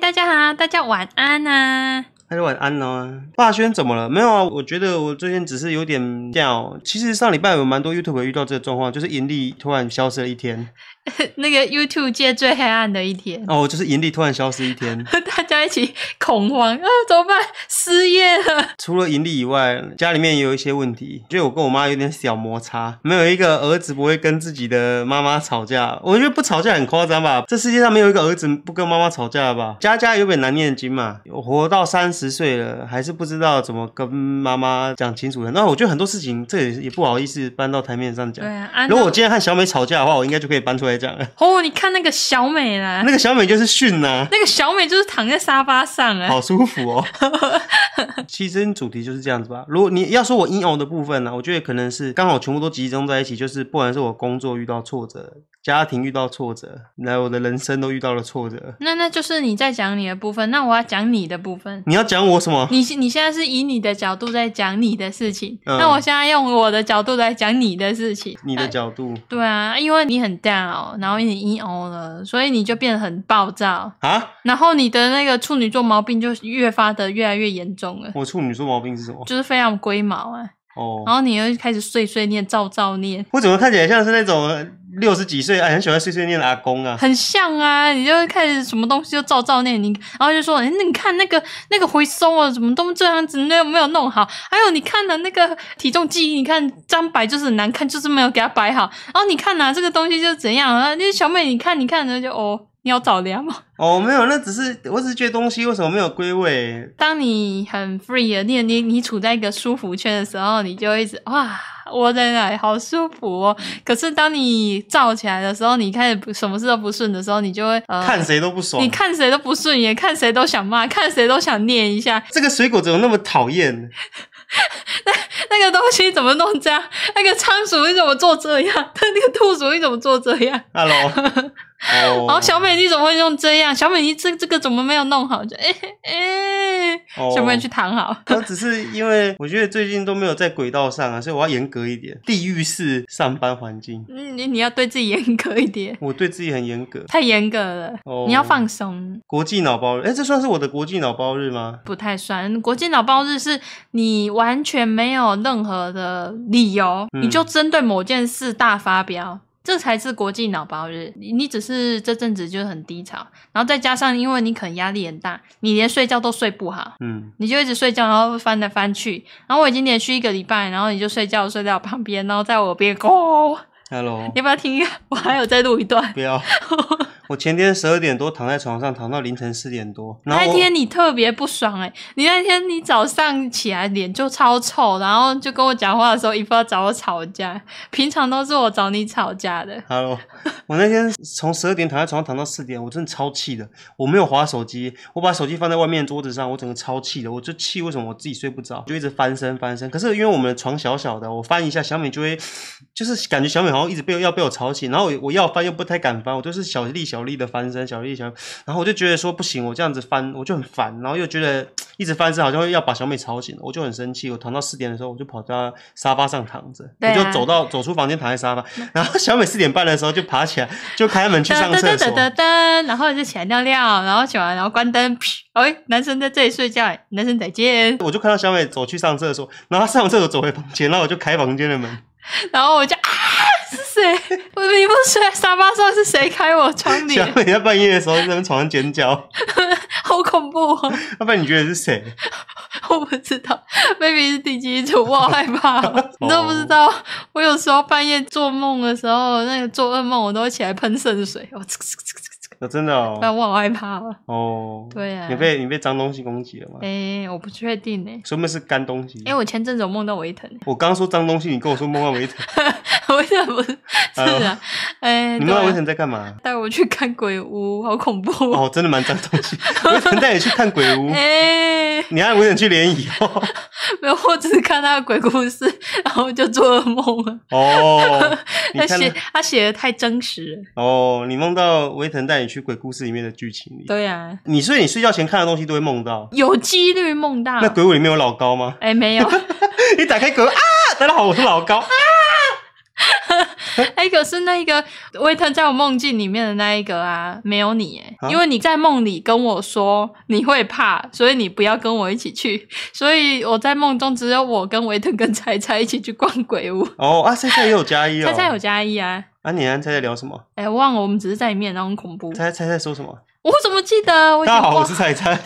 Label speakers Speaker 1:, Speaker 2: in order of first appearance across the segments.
Speaker 1: 大家好，大家晚安啊呐、
Speaker 2: 大家晚安哦。霸轩怎么了？没有啊，我觉得我最近只是有点掉。其实上礼拜有蛮多 YouTube 遇到这个状况，就是盈利突然消失了一天。
Speaker 1: 那个 YouTube 界最黑暗的一天，
Speaker 2: 哦，就是盈利突然消失一天。
Speaker 1: 大家一起恐慌啊，怎么办？失业了，
Speaker 2: 除了盈利以外，家里面也有一些问题，就我跟我妈有点小摩擦。没有一个儿子不会跟自己的妈妈吵架，我觉得不吵架很夸张吧？这世界上没有一个儿子不跟妈妈吵架的吧？家家有本难念的经嘛。我活到三十岁了，还是不知道怎么跟妈妈讲清楚的。那我觉得很多事情，这也也不好意思搬到台面上
Speaker 1: 对
Speaker 2: 讲。
Speaker 1: 啊，啊
Speaker 2: 如果我今天和小美吵架的话，我应该就可以搬出来讲了。
Speaker 1: 那哦，你看那个小美啦，
Speaker 2: 那个小美就是啊训呐、
Speaker 1: 那个小美就是躺在沙发上啊，
Speaker 2: 好舒服 哦。其实主题就是这样子吧。如果你要说我阴偶的部分呢、啊我觉得可能是刚好全部都集中在一起，就是不管是我工作遇到挫折，家庭遇到挫折，然后我的人生都遇到了挫折。
Speaker 1: 那那就是你在讲你的部分，那我要讲你的部分。
Speaker 2: 你要讲我什么？
Speaker 1: 你你现在是以你的角度在讲你的事情，
Speaker 2: 嗯
Speaker 1: 那我现在用我的角度来讲你的事情。
Speaker 2: 你的 角度
Speaker 1: 对啊，因为你很 down，然后你 e o 了，所以你就变得很暴躁，
Speaker 2: 啊？
Speaker 1: 然后你的那个处女座毛病就越发的越来越严重了，
Speaker 2: 我处女座毛病是什么？
Speaker 1: 就是非常龟毛啊。然
Speaker 2: 哦，
Speaker 1: 后你又开始碎碎念、造造念，
Speaker 2: 我怎么看起来像是那种呃六十几岁哎很喜欢碎碎念的阿公啊？
Speaker 1: 很像啊！你就会开始什么东西就照照念你，然后就说：“哎、那你看那个那个回收啊，怎么都这样子，没有没有弄好。还有你看了那个体重计，你看这样摆就是很难看，就是没有给它摆好。然后你看呐、这个东西就是怎样啊？那小美，你看你看，然后就哦，你要找梁吗？
Speaker 2: 哦，没有，那只是我只是觉得东西为什么没有归位？
Speaker 1: 当你很 free 的，你你你处在一个舒服圈的时候，你就一直哇窝在那里好舒服哦。可是当你燥起来的时候，你开始不什么事都不顺的时候，你就会呃
Speaker 2: 看谁都不爽。
Speaker 1: 你看谁都不顺眼，看谁都想骂，看谁都想念一下。
Speaker 2: 这个水果怎么那么讨厌？
Speaker 1: 那个东西怎么弄这样？那个仓鼠你怎么做这
Speaker 2: 哦
Speaker 1: 样？ 那个兔鼠你怎么做这样？
Speaker 2: Hello，哦，
Speaker 1: 然后小美你怎么会弄这样？小美你这这个怎么没有弄好？就哎哎，
Speaker 2: 哦
Speaker 1: 小美 去躺好。
Speaker 2: 我只是因为我觉得最近都没有在轨道上啊，所以我要严格一点。地狱式上班环境，
Speaker 1: 嗯你你要对自己严格一点，
Speaker 2: 我对自己很严格。
Speaker 1: 太严格了，
Speaker 2: 哦
Speaker 1: 你要放松。
Speaker 2: 国际脑包日，哎、这算是我的国际脑包日吗？
Speaker 1: 不太算。国际脑包日是你完全没有任何的理由，
Speaker 2: 嗯
Speaker 1: 你就针对某件事大发飙。这才是国际脑包日，你你只是这阵子就是很低潮，然后再加上因为你可能压力很大，你连睡觉都睡不好，
Speaker 2: 嗯，
Speaker 1: 你就一直睡觉，然后翻来翻去，然后我已经连续一个礼拜，然后你就睡觉睡在我旁边，然后在我耳边哦，
Speaker 2: Hello，
Speaker 1: 你要不要听？我还有再录一段。
Speaker 2: 不要。我前天十二点多躺在床上，躺到凌晨四点多。然后
Speaker 1: 那
Speaker 2: 我
Speaker 1: 天你特别不爽哎、你那天你早上起来脸就超臭，然后就跟我讲话的时候一副要找我吵架，平常都是我找你吵架的。
Speaker 2: Hello，我那天从十二点躺在床上躺到四点，我真的超气的。我没有划手机，我把手机放在外面桌子上，我整个超气的。我就气为什么我自己睡不着，就一直翻身翻身。可是因为我们的床小小的，我翻一下小美就会，就是感觉小美好像一直被要被我吵醒，然后我我要翻又不太敢翻，我就是小力小力的翻身，小力小力，然后我就觉得说不行，我这样子翻我就很烦，然后又觉得一直翻身好像会要把小美吵醒，我就很生气。我躺到四点的时候，我就跑到沙发上躺着，
Speaker 1: 对啊
Speaker 2: 我就走到走出房间躺在沙发，然后小美四点半的时候就爬起来，就开门去上厕所。
Speaker 1: 噔噔，然后就起来尿尿，然后起完然后关灯，噗哎、男生在这里睡觉、哎男生再见。
Speaker 2: 我就看到小美走去上厕所，然后她上完厕所走回房间，然后我就开房间的门，
Speaker 1: 然后我就啊，是谁？ 我你不睡在沙发上是谁开我窗
Speaker 2: 小
Speaker 1: 帘？
Speaker 2: 美在半夜的时候在那边床上尖叫，
Speaker 1: 好恐怖哦！
Speaker 2: 要不然你觉得是谁？
Speaker 1: 我不知道，maybe 是第几组，我好害 怕哦、你都不知道。我有时候半夜做梦的时候，那个做噩梦，我都会起来喷圣水，我嘖嘖嘖嘖嘖
Speaker 2: 哦真的
Speaker 1: 不然
Speaker 2: 哦，
Speaker 1: 我好害怕哦。
Speaker 2: 哦，
Speaker 1: 对啊
Speaker 2: 你被你被脏东西攻击了吗？
Speaker 1: 哎、我不确定哎、
Speaker 2: 说明是干东西。
Speaker 1: 哎、我前阵子有梦到维腾、
Speaker 2: 我刚说脏东西，你跟我说梦幻
Speaker 1: 哎
Speaker 2: 维腾，
Speaker 1: 维腾不是是啊，哎、
Speaker 2: 呃你
Speaker 1: 对
Speaker 2: 梦
Speaker 1: 啊
Speaker 2: 幻维腾在干嘛？
Speaker 1: 带我去看鬼屋，好恐怖哦！
Speaker 2: 哦，真的蛮脏东 西。维腾带你去看鬼屋，
Speaker 1: 哎、
Speaker 2: 你和维腾去联谊 哦。
Speaker 1: 没有，我只是看他的鬼故事，然后就做噩梦了。
Speaker 2: 哦，你
Speaker 1: 他
Speaker 2: 看
Speaker 1: 写他写的太真实了，
Speaker 2: 哦，你梦到维腾带你去鬼故事里面的剧情里。
Speaker 1: 对啊，
Speaker 2: 你所以你睡觉前看的东西都会梦到。
Speaker 1: 有几率梦到。
Speaker 2: 那鬼屋里面有老高吗？
Speaker 1: 哎、没有，
Speaker 2: 你打开鬼屋啊，大家好，我是老高。啊
Speaker 1: 哎，可是那个维腾在我梦境里面的那一个啊，没有你哎，
Speaker 2: 啊
Speaker 1: 因为你在梦里跟我说你会怕，所以你不要跟我一起去， 所以我在梦中只有我跟维腾跟彩彩一起去逛鬼屋。
Speaker 2: 哦啊，菜菜也有加一哦。
Speaker 1: 彩彩有加一啊，
Speaker 2: 啊，你跟菜菜聊什么？
Speaker 1: 哎，忘了，我们只是在里面，然后很恐怖。
Speaker 2: 菜菜菜说什么？
Speaker 1: 我怎么记得？我
Speaker 2: 大
Speaker 1: 已经
Speaker 2: 家好，我
Speaker 1: 忘
Speaker 2: 是，菜菜。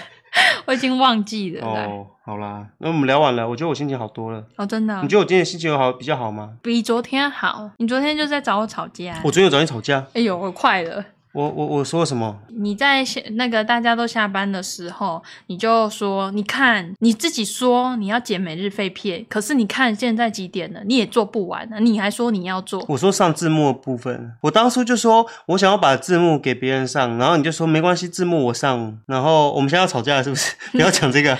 Speaker 1: 我已经忘记了。哦，
Speaker 2: 哦，好啦，那我们聊完了，我觉得我心情好多了。
Speaker 1: 哦真的哦
Speaker 2: 你觉得我今天心情有好比较好吗？
Speaker 1: 比昨天好。你昨天就在找我吵架。
Speaker 2: 我昨天有找你吵架，
Speaker 1: 哎呦，我快了。
Speaker 2: 我我我说了什么？
Speaker 1: 你在下那个大家都下班的时候，你就说，你看你自己说你要减每日废片，可是你看现在几点了，你也做不完了，啊你还说你要做，
Speaker 2: 我说上字幕的部分，我当初就说我想要把字幕给别人上，然后你就说没关系，字幕我上。然后我们现在要吵架了是 不是？不要讲这个，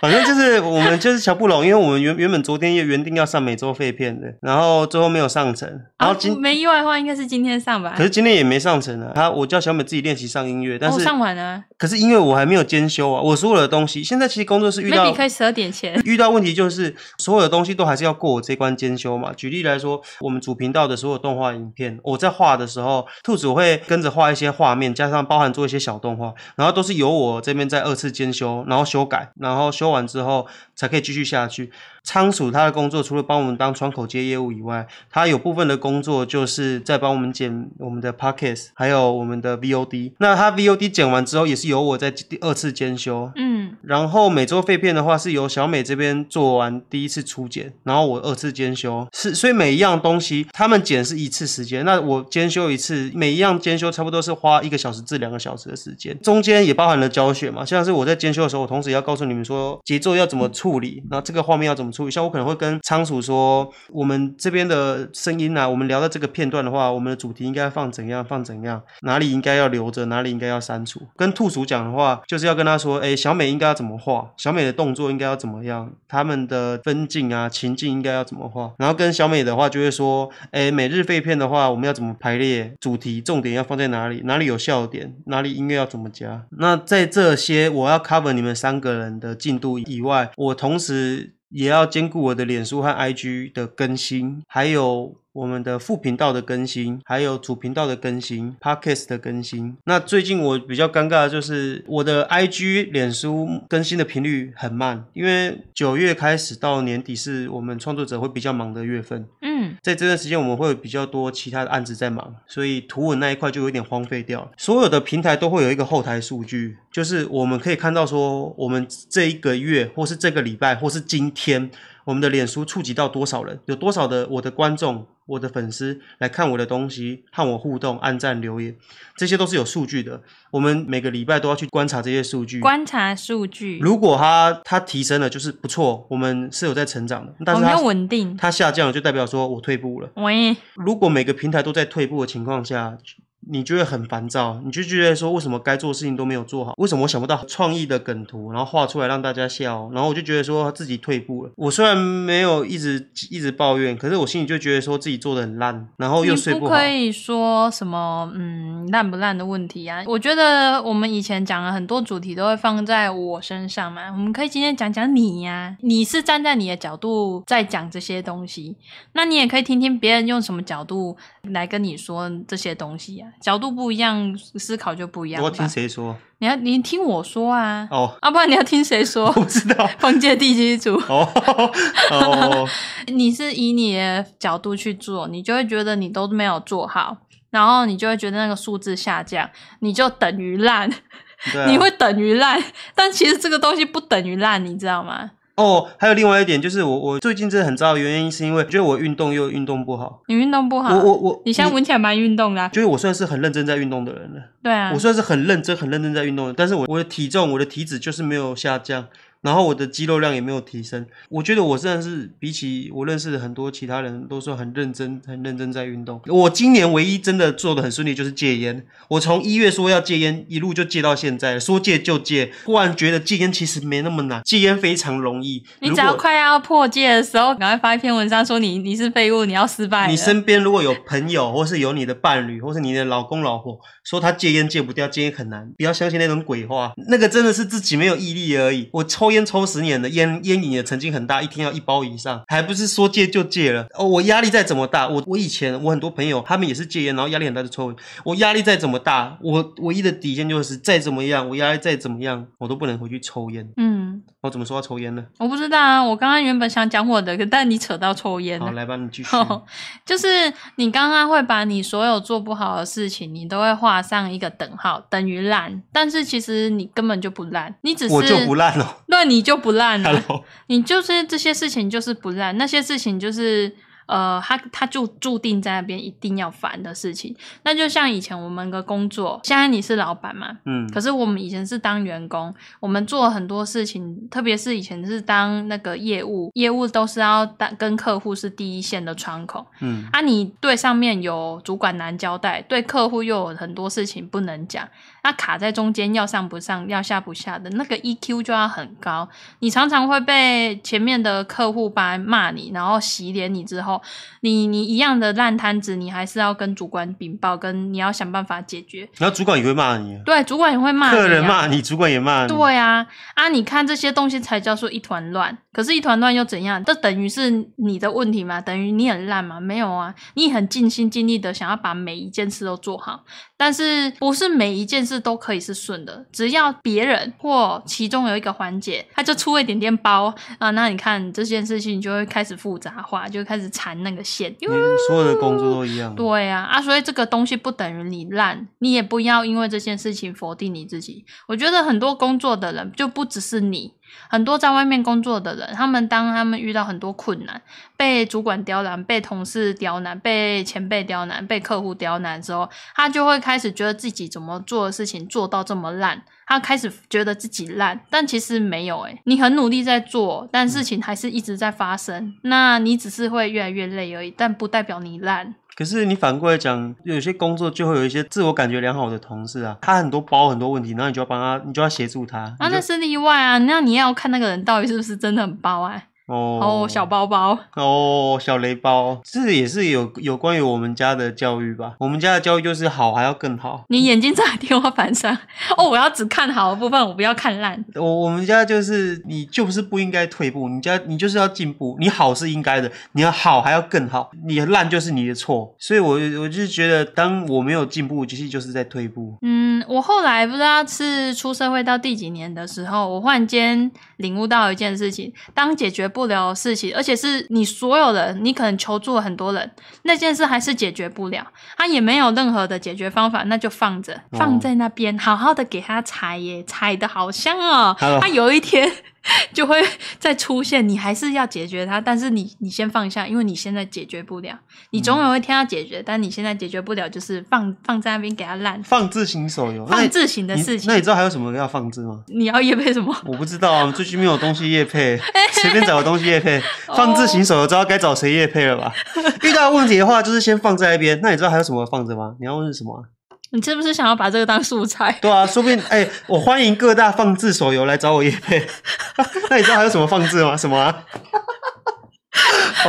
Speaker 2: 反正就是我们就是瞧不拢，因为我们原原本昨天也原定要上每周废片的，然后最后没有上成，然后今、
Speaker 1: 啊、哎没意外的话，应该是今天上吧
Speaker 2: 可。是今天也没上成啊。他我叫小美自己练习上音乐，但
Speaker 1: 哦，
Speaker 2: 是、
Speaker 1: 上完了
Speaker 2: 可是因为我还没有兼修啊，我所有的东西现在其实工作室遇到
Speaker 1: ，maybe 可以十二点前。
Speaker 2: 遇到问题就是所有的东西都还是要过我这关监修嘛。举例来说，我们主频道的所有动画影片，我在画的时候，兔子会跟着画一些画面，加上包含做一些小动画，然后都是由我这边在二次监修，然后修改，然后修完之后才可以继续下去。仓鼠他的工作除了帮我们当窗口接业务以外，他有部分的工作就是在帮我们剪我们的 podcast，还有我们的 VOD。那他 VOD 剪完之后，也是由我在第二次监修，
Speaker 1: 嗯，
Speaker 2: 然后每周废片的话，是由小美这边做完第一次初检，然后我二次监修，是所以每一样东西他们检是一次时间，那我监修一次，每一样监修差不多是花一个小时至两个小时的时间，中间也包含了教学嘛，像是我在监修的时候，我同时也要告诉你们说节奏要怎么处理，然后这个画面要怎么处理，像我可能会跟仓鼠说，我们这边的声音啊，我们聊到这个片段的话，我们的主题应该放怎样放怎样，哪里应该要留着，哪里应该要删除。跟兔鼠讲的话，就是要跟他说，哎，小美应该要怎么画，小美的动作应该要怎么样，他们的分镜啊、情境应该要怎么画。然后跟小美的话就会说，哎，每日废片的话，我们要怎么排列，主题重点要放在哪里，哪里有笑点，哪里音乐要怎么加。那在这些我要 cover 你们三个人的进度以外，我同时也要兼顾我的脸书和 IG 的更新，还有我们的副频道的更新，还有主频道的更新，Podcast 的更新。那最近我比较尴尬的就是我的 IG、脸书更新的频率很慢，因为九月开始到年底是我们创作者会比较忙的月份，
Speaker 1: 嗯，
Speaker 2: 在这段时间我们会有比较多其他的案子在忙，所以图文那一块就有点荒废掉了。所有的平台都会有一个后台数据，就是我们可以看到说，我们这一个月或是这个礼拜或是今天，我们的脸书触及到多少人，有多少的我的观众、我的粉丝来看我的东西，和我互动、按赞、留言，这些都是有数据的。我们每个礼拜都要去观察这些数据。
Speaker 1: 观察数据，
Speaker 2: 如果它它提升了，就是不错，我们是有在成长的。但
Speaker 1: 我哦
Speaker 2: 是
Speaker 1: 没
Speaker 2: 它
Speaker 1: 有稳定。
Speaker 2: 它下降了，就代表说我退步了。
Speaker 1: 喂，
Speaker 2: 如果每个平台都在退步的情况下，你就会很烦躁，你就觉得说为什么该做的事情都没有做好，为什么我想不到创意的梗图，然后画出来让大家笑，然后我就觉得说自己退步了。我虽然没有一直一直抱怨，可是我心里就觉得说自己做的很烂，然后又睡
Speaker 1: 你不
Speaker 2: 好。
Speaker 1: 可以说什么嗯烂不烂的问题啊。我觉得我们以前讲了很多主题都会放在我身上嘛，我们可以今天讲讲你呀、你是站在你的角度在讲这些东西，那你也可以听听别人用什么角度来跟你说这些东西呀、角度不一样，思考就不一样
Speaker 2: 我要
Speaker 1: 吧。
Speaker 2: 听谁说？
Speaker 1: 你要你听我说啊，
Speaker 2: 哦，
Speaker 1: 啊不然你要听谁说
Speaker 2: 我？不知道。
Speaker 1: 封建地基组。
Speaker 2: 哦 哦，
Speaker 1: 你是以你的角度去做，你就会觉得你都没有做好，然后你就会觉得那个数字下降，你就等于烂，
Speaker 2: 对 啊
Speaker 1: 你会等于烂，但其实这个东西不等于烂，你知道吗？
Speaker 2: 哦，还有另外一点就是我我最近真的很糟的原因是因为觉得我运动又运动不好，
Speaker 1: 你运动不好，
Speaker 2: 我我我
Speaker 1: 啊你现在闻起来蛮运动的啊、
Speaker 2: 就是我算是很认真在运动的人了。
Speaker 1: 对啊
Speaker 2: 我，算是很认真、很认真在运动的，但是我我的体重、我的体脂就是没有下降，然后我的肌肉量也没有提升。我觉得我真的是比起我认识的很多其他人，都说很认真、很认真在运动。我今年唯一真的做的很顺利就是戒烟。我从一月说要戒烟，一路就戒到现在了，说戒就戒。忽然觉得戒烟其实没那么难，戒烟非常容易。
Speaker 1: 你
Speaker 2: 如
Speaker 1: 只要
Speaker 2: 果
Speaker 1: 快要破戒的时候，赶快发一篇文章说你你是废物，你要失败了。
Speaker 2: 你身边如果有朋友，或是有你的伴侣，或是你的老公老婆，说他戒烟戒不掉，戒烟很难，不要相信那种鬼话，那个真的是自己没有毅力而已。我抽烟抽十年的烟烟瘾也曾经很大，一天要一包以上，还不是说戒就戒了。哦，我压力再怎么大，我我以前我很多朋友他们也是戒烟，然后压力很大就抽烟。我压力再怎么大，我唯一的底线就是再怎么样，我压力再怎么样，我都不能回去抽烟。
Speaker 1: 嗯，
Speaker 2: 我怎么说到抽烟呢？
Speaker 1: 我不知道啊，我刚刚原本想讲我的，可但你扯到抽烟
Speaker 2: 好，
Speaker 1: 了。
Speaker 2: 来吧，你继续。
Speaker 1: 哦就是你刚刚会把你所有做不好的事情，你都会画上一个等号，等于烂。但是其实你根本就不烂，你只是
Speaker 2: 我就不，烂哦。
Speaker 1: 对，你就不烂了。
Speaker 2: Hello，
Speaker 1: 你就是这些事情就是不烂，那些事情就是呃，他他就注定在那边一定要烦的事情。那就像以前我们的工作，现在你是老板嘛，
Speaker 2: 嗯，
Speaker 1: 可是我们以前是当员工，我们做很多事情，特别是以前是当那个业务，业务都是要当跟客户是第一线的窗口
Speaker 2: 嗯
Speaker 1: 啊。你对上面有主管难交代，对客户又有很多事情不能讲，那、卡在中间要上不上，要下不下的那个 EQ 就要很高。你常常会被前面的客户吧骂你，然后洗脸你之后，你你一样的烂摊子，你还是要跟主管禀报，跟你要想办法解决。
Speaker 2: 然后主管也会骂你，
Speaker 1: 对，主管也会骂你、啊，
Speaker 2: 客人骂你，主管也骂你。
Speaker 1: 对啊，啊，你看这些东西才叫做一团乱。可是，一团乱又怎样？这等于是你的问题嘛？等于你很烂嘛？没有啊，你很尽心尽力的想要把每一件事都做好，但是不是每一件事都可以是顺的？只要别人或其中有一个环节，他就出了一点点包啊，那你看这件事情就会开始复杂化，就开始缠那个线。
Speaker 2: 你所有的工作都一样。
Speaker 1: 对呀、啊，所以这个东西不等于你烂，你也不要因为这件事情否定你自己。我觉得很多工作的人就不只是你，很多在外面工作的人，他们当他们遇到很多困难，被主管刁难、被同事刁难、被前辈刁难、被客户刁难之后，他就会开始觉得自己怎么做的事情做到这么烂，他开始觉得自己烂，但其实没有诶、你很努力在做，但事情还是一直在发生，那你只是会越来越累而已，但不代表你烂。
Speaker 2: 可是你反过来讲，有些工作就会有一些自我感觉良好的同事啊，他很多包很多问题，然后你就要帮他，你就要协助他。
Speaker 1: 啊，
Speaker 2: 你就
Speaker 1: 那是例外啊，那你也要看那个人到底是不是真的很包啊。
Speaker 2: 哦
Speaker 1: 哦，小包包，
Speaker 2: 哦，小雷包，这也是有有关于我们家的教育吧？我们家的教育就是好还要更好。
Speaker 1: 你眼睛在天花板上。哦，我要只看好的部分，我不要看烂。
Speaker 2: 我我们家就是你就是不应该退步，你家你就是要进步，你好是应该的，你要好还要更好，你烂就是你的错。所以我我就是觉得，当我没有进步，其实就是在退步。
Speaker 1: 嗯，我后来不知道是出社会到第几年的时候，我忽然间领悟到一件事情：当解决不了的事情，而且是你所有人，你可能求助了很多人，那件事还是解决不了，他也没有任何的解决方法，那就放着，
Speaker 2: 哦
Speaker 1: 放在那边，好好的给他踩耶，踩的好香哦，
Speaker 2: Hello
Speaker 1: 他有一天就会 再出现，你还是要解决它，但是你你先放下，因为你现在解决不了，你
Speaker 2: 嗯
Speaker 1: 总有一天要解决，但你现在解决不了，就是放放在那边给他烂。
Speaker 2: 放置型手游，那
Speaker 1: 放
Speaker 2: 你
Speaker 1: 置型的事
Speaker 2: 你那
Speaker 1: 情，
Speaker 2: 你知道还有什么要放置吗？
Speaker 1: 你要夜配什么？
Speaker 2: 我不知道啊，最近没有东西叶配，
Speaker 1: 哎
Speaker 2: 随便找个东西叶配。
Speaker 1: 哦
Speaker 2: 放置型手游知道该找谁叶配 了吧？遇到问题的话，就是先放在一边。那你知道还有什么放着吗？你要问是什么啊、
Speaker 1: 你是不是想要把这个当素材？
Speaker 2: 对啊，说不定哎、我欢迎各大放置手游来找我叶配。 那你知道还有什么放置吗？什么、啊？哦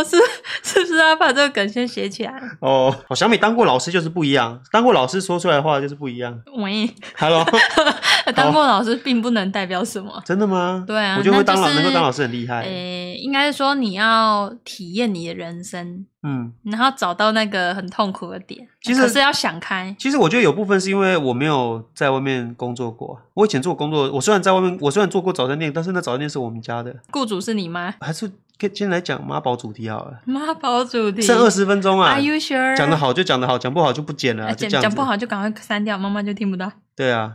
Speaker 1: 哦，是 是不是要把这个梗先写起来？
Speaker 2: 哦，我小米当过老师就是不一样，当过老师说出来的话就是不一样。
Speaker 1: 喂，
Speaker 2: Hello，
Speaker 1: 当过老师并不能代表什么。
Speaker 2: 真的吗？
Speaker 1: 对啊
Speaker 2: 我觉得会当
Speaker 1: 那
Speaker 2: 老、
Speaker 1: 就是哎
Speaker 2: 能够当老师很厉害。
Speaker 1: 诶，应该是说你要体验你的人生，
Speaker 2: 嗯。
Speaker 1: 然后找到那个很痛苦的点，
Speaker 2: 其实
Speaker 1: 可是要想开。
Speaker 2: 其实我觉得有部分是因为我没有在外面工作过。我以前做工作，我虽然在外面，我虽然做过早餐店，但是那早餐店是我们家的，
Speaker 1: 雇主是你吗？
Speaker 2: 还是跟先来讲妈宝主题好了，
Speaker 1: 妈宝主题。
Speaker 2: 剩二十分钟啊
Speaker 1: Are。you sure？
Speaker 2: 讲得好就讲得好，讲不好就不剪了啊、
Speaker 1: 啊，
Speaker 2: 就
Speaker 1: 讲
Speaker 2: 这样
Speaker 1: 哎讲
Speaker 2: 子
Speaker 1: 不。好就赶快删掉，妈妈就听不到。
Speaker 2: 对啊，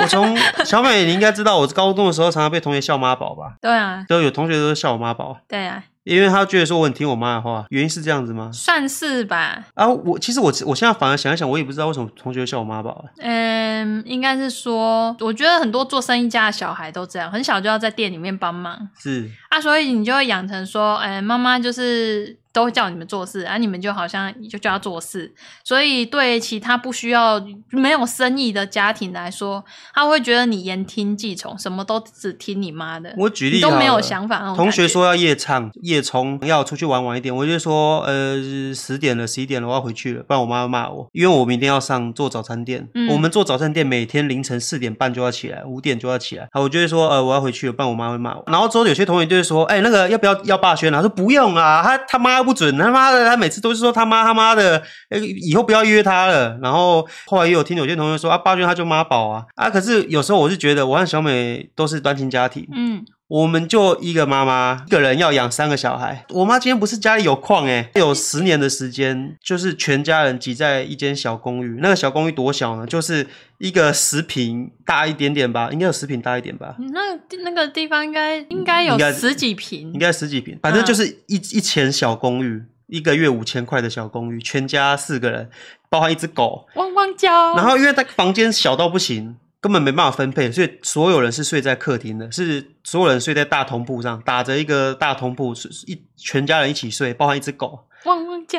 Speaker 2: 我从小美，你应该知道，我高中的时候常常被同学笑妈宝吧？
Speaker 1: 对啊，
Speaker 2: 都有同学都笑我妈宝，
Speaker 1: 对啊，
Speaker 2: 因为他觉得说我很听我妈的话。原因是这样子吗？
Speaker 1: 算是吧。
Speaker 2: 啊，我其实我我现在反而想一想，我也不知道为什么同学笑我妈宝。啊
Speaker 1: 嗯，应该是说，我觉得很多做生意家的小孩都这样，很小就要在店里面帮忙
Speaker 2: 是，
Speaker 1: 啊，所以你就会养成说，哎、妈妈就是都会叫你们做事，而、啊、你们就好像就就要做事，所以对其他不需要没有生意的家庭来说，他会觉得你言听计从，什么都只听你妈的，
Speaker 2: 我举例啊
Speaker 1: 你都没
Speaker 2: 好
Speaker 1: 有
Speaker 2: 了
Speaker 1: 想法那种
Speaker 2: 同
Speaker 1: 哦感
Speaker 2: 学
Speaker 1: 觉
Speaker 2: 说要夜唱、夜冲，要出去玩晚一点，我就说，呃，十点了、十一点了，我要回去了，不然我妈要骂我，因为我明天要上做早餐店。
Speaker 1: 嗯
Speaker 2: 我们做早餐店每天凌晨四点半就要起来，五点就要起来。好，我就会说，呃，我要回去了，不然我妈会骂我。然后之后有些同学就会说，哎、那个要不要要罢休？然后说不用啊，他他妈不准，他妈的，他每次都是说他妈他妈的，呃，以后不要约他了。然后后来也有听有些同学说，啊，罢休他就妈宝啊啊。可是有时候我是觉得，我和小美都是单亲家庭，
Speaker 1: 嗯，
Speaker 2: 我们就一个妈妈，一个人要养三个小孩。我妈今天不是家里有矿诶、有十年的时间，就是全家人挤在一间小公寓。那个小公寓多小呢？就是一个十平大一点点吧，应该有十平大一点吧，
Speaker 1: 你那那个地方应该应该有
Speaker 2: 应该
Speaker 1: 十几平
Speaker 2: 应，该十几平，反正就是一一间小公寓，一个月五千块的小公寓，全家四个人，包含一只狗。
Speaker 1: 汪汪叫，
Speaker 2: 然后因为它房间小到不行，根本没办法分配，所以所有人是睡在客厅的，是所有人睡在大通铺上，打着一个大通铺，是是一全家人一起睡，包含一只狗。
Speaker 1: 汪汪叫，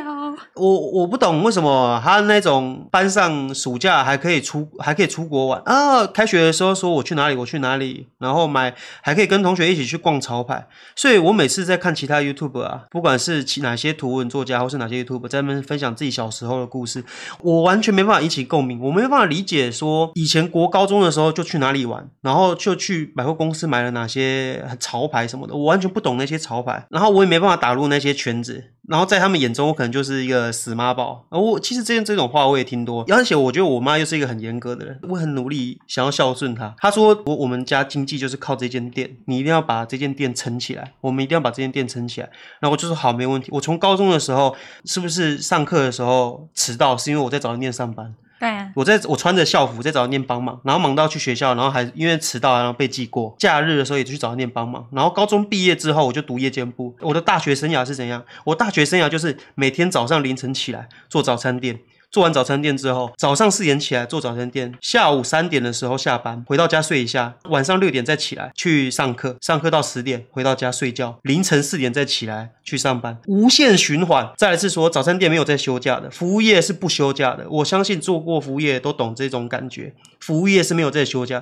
Speaker 2: 我我不懂为什么他那种班上暑假还可以出还可以出国玩啊，开学的时候说我去哪里我去哪里，然后买还可以跟同学一起去逛潮牌，所以我每次在看其他 YouTube 啊，不管是其哪些图文作家或是哪些 YouTube 在那边分享自己小时候的故事，我完全没办法引起共鸣，我没办法理解说以前国高中的时候就去哪里玩，然后就去百货公司买了哪些潮牌什么的，我完全不懂那些潮牌，然后我也没办法打入那些圈子，然后在他们眼中我可能就是一个死妈宝。而我其实这件这种话我也听多，而且我觉得我妈又是一个很严格的人，我很努力想要孝顺她。她说我我们家经济就是靠这间店，你一定要把这间店撑起来，我们一定要把这间店撑起来。然后我就说好，没问题。我从高中的时候是不是上课的时候迟到，是因为我在早餐店上班，
Speaker 1: 对啊，
Speaker 2: 我在我穿着校服在早餐店帮忙，然后忙到去学校，然后还因为迟到啊然后被记过。假日的时候也去早餐店帮忙，然后高中毕业之后我就读夜间部。我的大学生涯是怎样？我大学生涯就是每天早上凌晨起来做早餐店。做完早餐店之后，早上四点起来做早餐店，下午三点的时候下班，回到家睡一下，晚上六点再起来去上课，上课到十点，回到家睡觉，凌晨四点再起来去上班，无限循环。再来是说早餐店没有在休假的，服务业是不休假的。我相信做过服务业都懂这种感觉，服务业是没有在休假。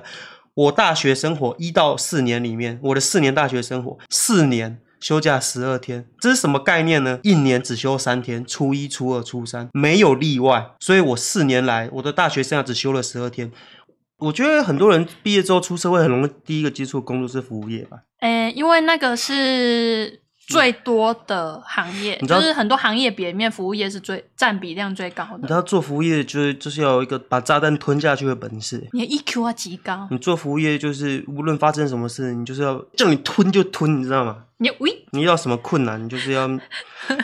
Speaker 2: 我大学生活一到四年里面，我的四年大学生活四年。休假十二天，这是什么概念呢？一年只休三天，初一、初二、初三，没有例外。所以我四年来，我的大学生涯只休了十二天。我觉得很多人毕业之后出社会，很容易第一个接触的工作是服务业吧。
Speaker 1: 诶，因为那个是最多的行业，
Speaker 2: 嗯你知道
Speaker 1: 就是很多行业别里面服务业是最占比量最高
Speaker 2: 你
Speaker 1: 的。
Speaker 2: 要做服务业，就是就是要有一个把炸弹吞下去的本事。
Speaker 1: 你的 EQ 要极高，
Speaker 2: 你做服务业，就是无论发生什么事，你就是要叫你吞就吞，你知道吗？
Speaker 1: 你的喂，
Speaker 2: 你遇到什么困难，你就是要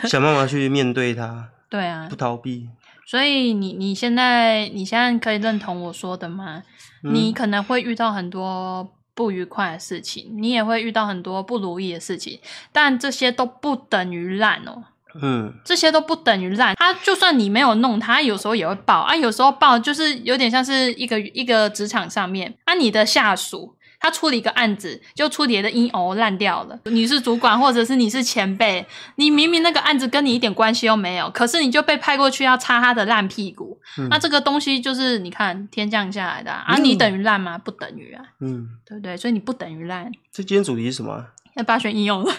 Speaker 2: 想办法去面对它，
Speaker 1: 对啊
Speaker 2: 不，逃避。
Speaker 1: 所以你你现在你现在可以认同我说的吗？
Speaker 2: 嗯
Speaker 1: 你可能会遇到很多不愉快的事情，你也会遇到很多不如意的事情，但这些都不等于烂哦，
Speaker 2: 嗯，
Speaker 1: 这些都不等于烂。他就算你没有弄，他有时候也会爆啊，有时候爆就是有点像是一个一个职场上面啊，你的下属。他处理一个案子，就处理的阴偶烂掉了。你是主管，或者是你是前辈，你明明那个案子跟你一点关系都没有，可是你就被派过去要擦他的烂屁股。
Speaker 2: 嗯
Speaker 1: 那这个东西就是你看天降下来的啊，啊
Speaker 2: 嗯
Speaker 1: 你等于烂吗？不等于啊，
Speaker 2: 嗯，
Speaker 1: 对不对？所以你不等于烂，
Speaker 2: 这今天主题是什么啊？
Speaker 1: 要八选应 用了。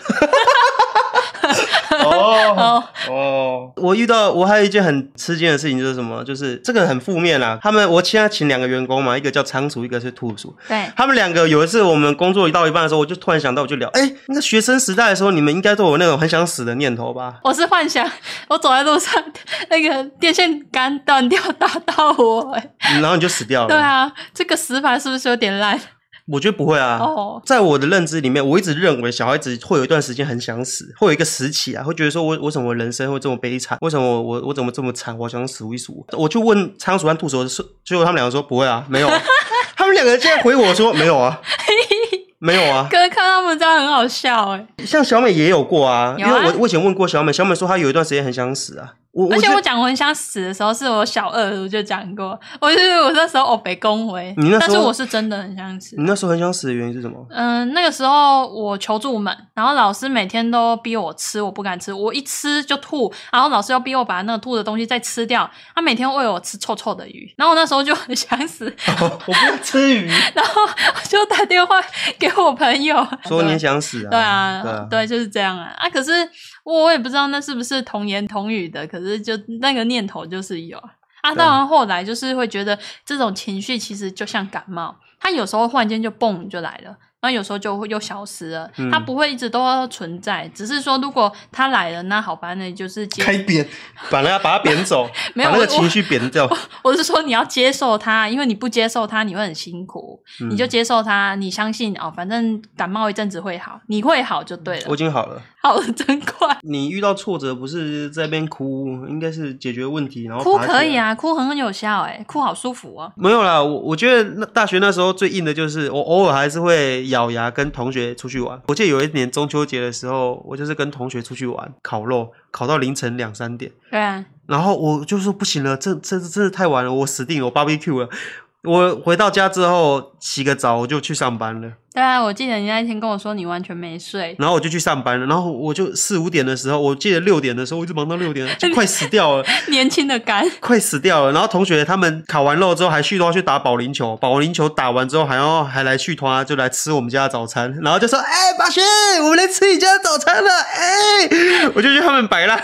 Speaker 2: 哦
Speaker 1: 哦，
Speaker 2: 哦，我遇到我还有一件很吃惊的事情，就是什么？就是这个很负面啊啦。他们我现在请两个员工嘛，一个叫仓鼠，一个是兔鼠。
Speaker 1: 对，
Speaker 2: 他们两个有一次我们工作到一半的时候，我就突然想到，我就聊，哎、那个学生时代的时候，你们应该都有那种很想死的念头吧？
Speaker 1: 我是幻想，我走在路上，那个电线杆断掉打到我、欸。
Speaker 2: 然后你就死掉了。
Speaker 1: 对啊，这个死法是不是有点烂？
Speaker 2: 我觉得不会啊。
Speaker 1: 哦，
Speaker 2: 在我的认知里面，我一直认为小孩子会有一段时间很想死，会有一个时期啊，会觉得说我为什么我人生会这么悲惨？为什么我我我怎么这么惨？我想数一数。我就问仓鼠和兔鼠是，结果他们两个说不会啊，没有啊。 他们两个现在回我说没有啊，没有啊。
Speaker 1: 可是看他们这样很好笑哎、
Speaker 2: 像小美也有过啊，
Speaker 1: 有啊
Speaker 2: 因为我我以前问过小美，小美说她有一段时间很想死啊。我
Speaker 1: 而且
Speaker 2: 觉得
Speaker 1: 我讲我很想死的时候，是我小二我就讲过，我就是我那时候哦北恭维
Speaker 2: 你那时候，嗯
Speaker 1: 但是我是真的很想死
Speaker 2: 你。那时候很想死的原因是什么？
Speaker 1: 嗯，那个时候我求助门，然后老师每天都逼我吃，我不敢吃，我一吃就吐，然后老师要逼我把那个吐的东西再吃掉，他每天喂我吃臭臭的鱼，然后我那时候就很想死，
Speaker 2: 我不是 吃鱼，
Speaker 1: 然后我就打电话给我朋友，
Speaker 2: 说
Speaker 1: 对
Speaker 2: 你想死啊？
Speaker 1: 对啊，
Speaker 2: 对啊，
Speaker 1: 对，就是这样啊。啊，可是我我也不知道那是不是童言童语的，可是就那个念头就是有啊。啊，
Speaker 2: 对
Speaker 1: 当然后来就是会觉得这种情绪其实就像感冒，它有时候忽然间就蹦就来了。然后有时候就会又消失了，
Speaker 2: 嗯
Speaker 1: 它不会一直都存在，只是说如果它来了，那好吧，那你就是接
Speaker 2: 开扁，把那把它扁走，
Speaker 1: 啊 没有
Speaker 2: 把那个
Speaker 1: 我我
Speaker 2: 情绪扁掉。
Speaker 1: 我是说你要接受它，因为你不接受它，你会很辛苦。
Speaker 2: 嗯
Speaker 1: 你就接受它，你相信哦，反正感冒一阵子会好，你会好就对
Speaker 2: 我
Speaker 1: 了
Speaker 2: 已。经好了。
Speaker 1: 好的真快，
Speaker 2: 你遇到挫折不是在那边哭，应该是解决问题，然后
Speaker 1: 哭
Speaker 2: 爬起来
Speaker 1: 可以。啊，哭很有效哎、哭好舒服哦。
Speaker 2: 没有啦，我我觉得那大学那时候最硬的就是我偶尔还是会咬牙跟同学出去玩。我记得有一年中秋节的时候，我就是跟同学出去玩烤肉，烤到凌晨两三点，
Speaker 1: 对啊，
Speaker 2: 然后我就说不行了，这这这真的太晚了，我死定了，我 barbecue 了。我回到家之后洗个澡，我就去上班了，
Speaker 1: 对啊，我记得你那一天跟我说你完全没睡，
Speaker 2: 然后我就去上班了，然后我就四五点的时候，我记得六点的时候，我一直忙到六点，就快死掉了。
Speaker 1: 年轻的肝。
Speaker 2: 快死掉了。然后同学他们烤完肉之后还续托去打保龄球，保龄球打完之后还要还来续托，就来吃我们家的早餐，然后就说：“哎、八轩，我们来吃你家的早餐了。哎，我就觉得他们白烂，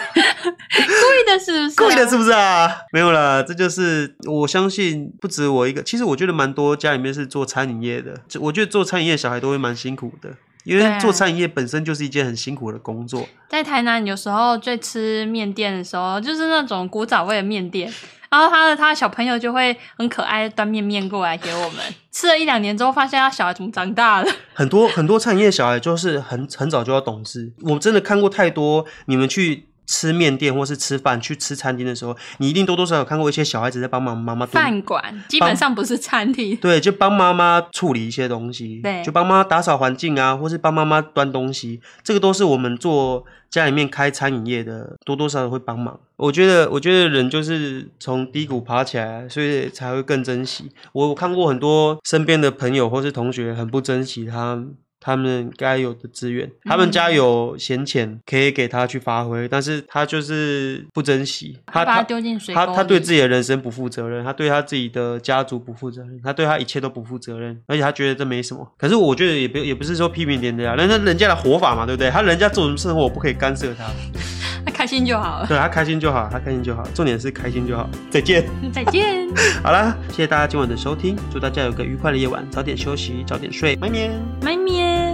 Speaker 1: 对的，是不是、啊？
Speaker 2: 故意的是不是啊？没有啦，这就是我相信不止我一个，其实我觉得蛮多家里面是做餐饮业的，这我觉得做餐饮业的小孩都会蛮辛苦的。因
Speaker 1: 对
Speaker 2: 为
Speaker 1: 啊
Speaker 2: 做餐饮业本身就是一件很辛苦的工作，
Speaker 1: 在台南有时候最吃面店的时候，就是那种古早味的面店，然后他的他的小朋友就会很可爱地端面面过来给我们。吃了一两年之后，发现他小孩怎么长大了？
Speaker 2: 很多很多餐饮业小孩就是很很早就要懂事。我真的看过太多，你们去吃面店或是吃饭去吃餐厅的时候，你一定多多少少有看过一些小孩子在帮忙妈妈蹲。
Speaker 1: 饭馆基本上不是餐厅，
Speaker 2: 对，就帮妈妈处理一些东西，
Speaker 1: 对
Speaker 2: 就帮妈妈打扫环境啊，或是帮妈妈端东西，这个都是我们做家里面开餐饮业的多多少少会帮忙。我觉得，我觉得人就是从低谷爬起来，所以才会更珍惜。我我看过很多身边的朋友或是同学很不珍惜他。他们该有的资源，
Speaker 1: 嗯
Speaker 2: 他们家有闲钱可以给他去发挥，但是他就是不珍惜，
Speaker 1: 他把
Speaker 2: 他
Speaker 1: 它丢进水沟
Speaker 2: 他
Speaker 1: 里。
Speaker 2: 他对自己的人生不负责任，他对他自己的家族不负责任，他对他一切都不负责任，而且他觉得这没什么。可是我觉得也不也不是说批评人家，人家人家的活法嘛，对不对？他人家做什么生活，我不可以干涉他，
Speaker 1: 他开心就好了。
Speaker 2: 对他开心就好，他开心就好，重点是开心就好。再见。
Speaker 1: 再见。
Speaker 2: 好啦，谢谢大家今晚的收听，祝大家有个愉快的夜晚，早点休息，早点睡，拜拜。
Speaker 1: 麦面。